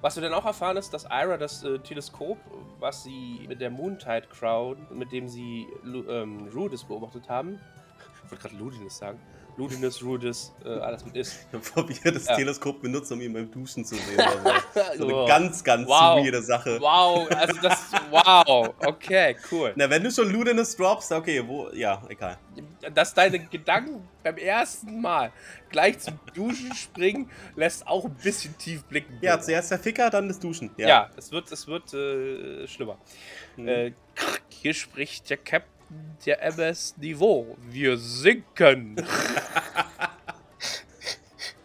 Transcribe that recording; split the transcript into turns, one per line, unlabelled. Was wir dann auch erfahren ist, dass Ira das äh, Teleskop, was sie mit der Moontide Crowd, mit dem sie Lu ähm, Rudis beobachtet haben, ich wollte gerade Ludinus sagen, Ludinus, Rudis, äh, alles mit ist.
Bevor wir das
Ja.
Teleskop benutzt, um ihn beim Duschen zu sehen. Also, so eine
Wow.
ganz, ganz
Wow.
weirde Sache.
Wow, also das, wow, okay, cool.
Na, wenn du schon Ludinus droppst, okay, wo, ja, egal.
Dass deine Gedanken beim ersten Mal gleich zum Duschen springen, lässt auch ein bisschen tief blicken.
Ja, zuerst der Ficker, dann das Duschen.
ja. es wird, es wird äh, schlimmer.
Mhm.
Äh, krr, hier spricht der Captain der MS Niveau. Wir sinken.